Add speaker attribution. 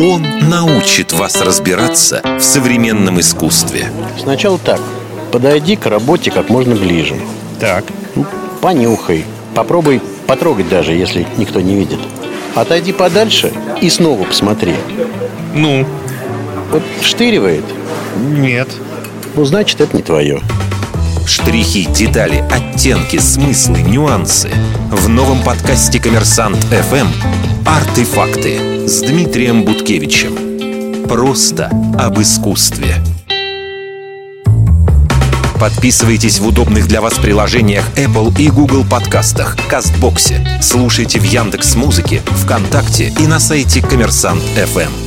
Speaker 1: Он научит вас разбираться в современном искусстве.
Speaker 2: Сначала так. Подойди к работе как можно ближе.
Speaker 3: Так.
Speaker 2: Ну, Понюхай. Попробуй потрогать даже, если никто не видит. Отойди подальше и снова посмотри.
Speaker 3: Ну,
Speaker 2: Вот штыривает,
Speaker 3: нет.
Speaker 2: ну значит это не твое.
Speaker 1: Штрихи, детали, оттенки, смыслы, нюансы. В новом подкасте «Коммерсант ФМ» «Артефакты» с Дмитрием Буткевичем. Просто об искусстве. Подписывайтесь в удобных для вас приложениях Apple и Google подкастах, Кастбоксе. Слушайте в Яндекс.Музыке, ВКонтакте и на сайте «Коммерсант ФМ».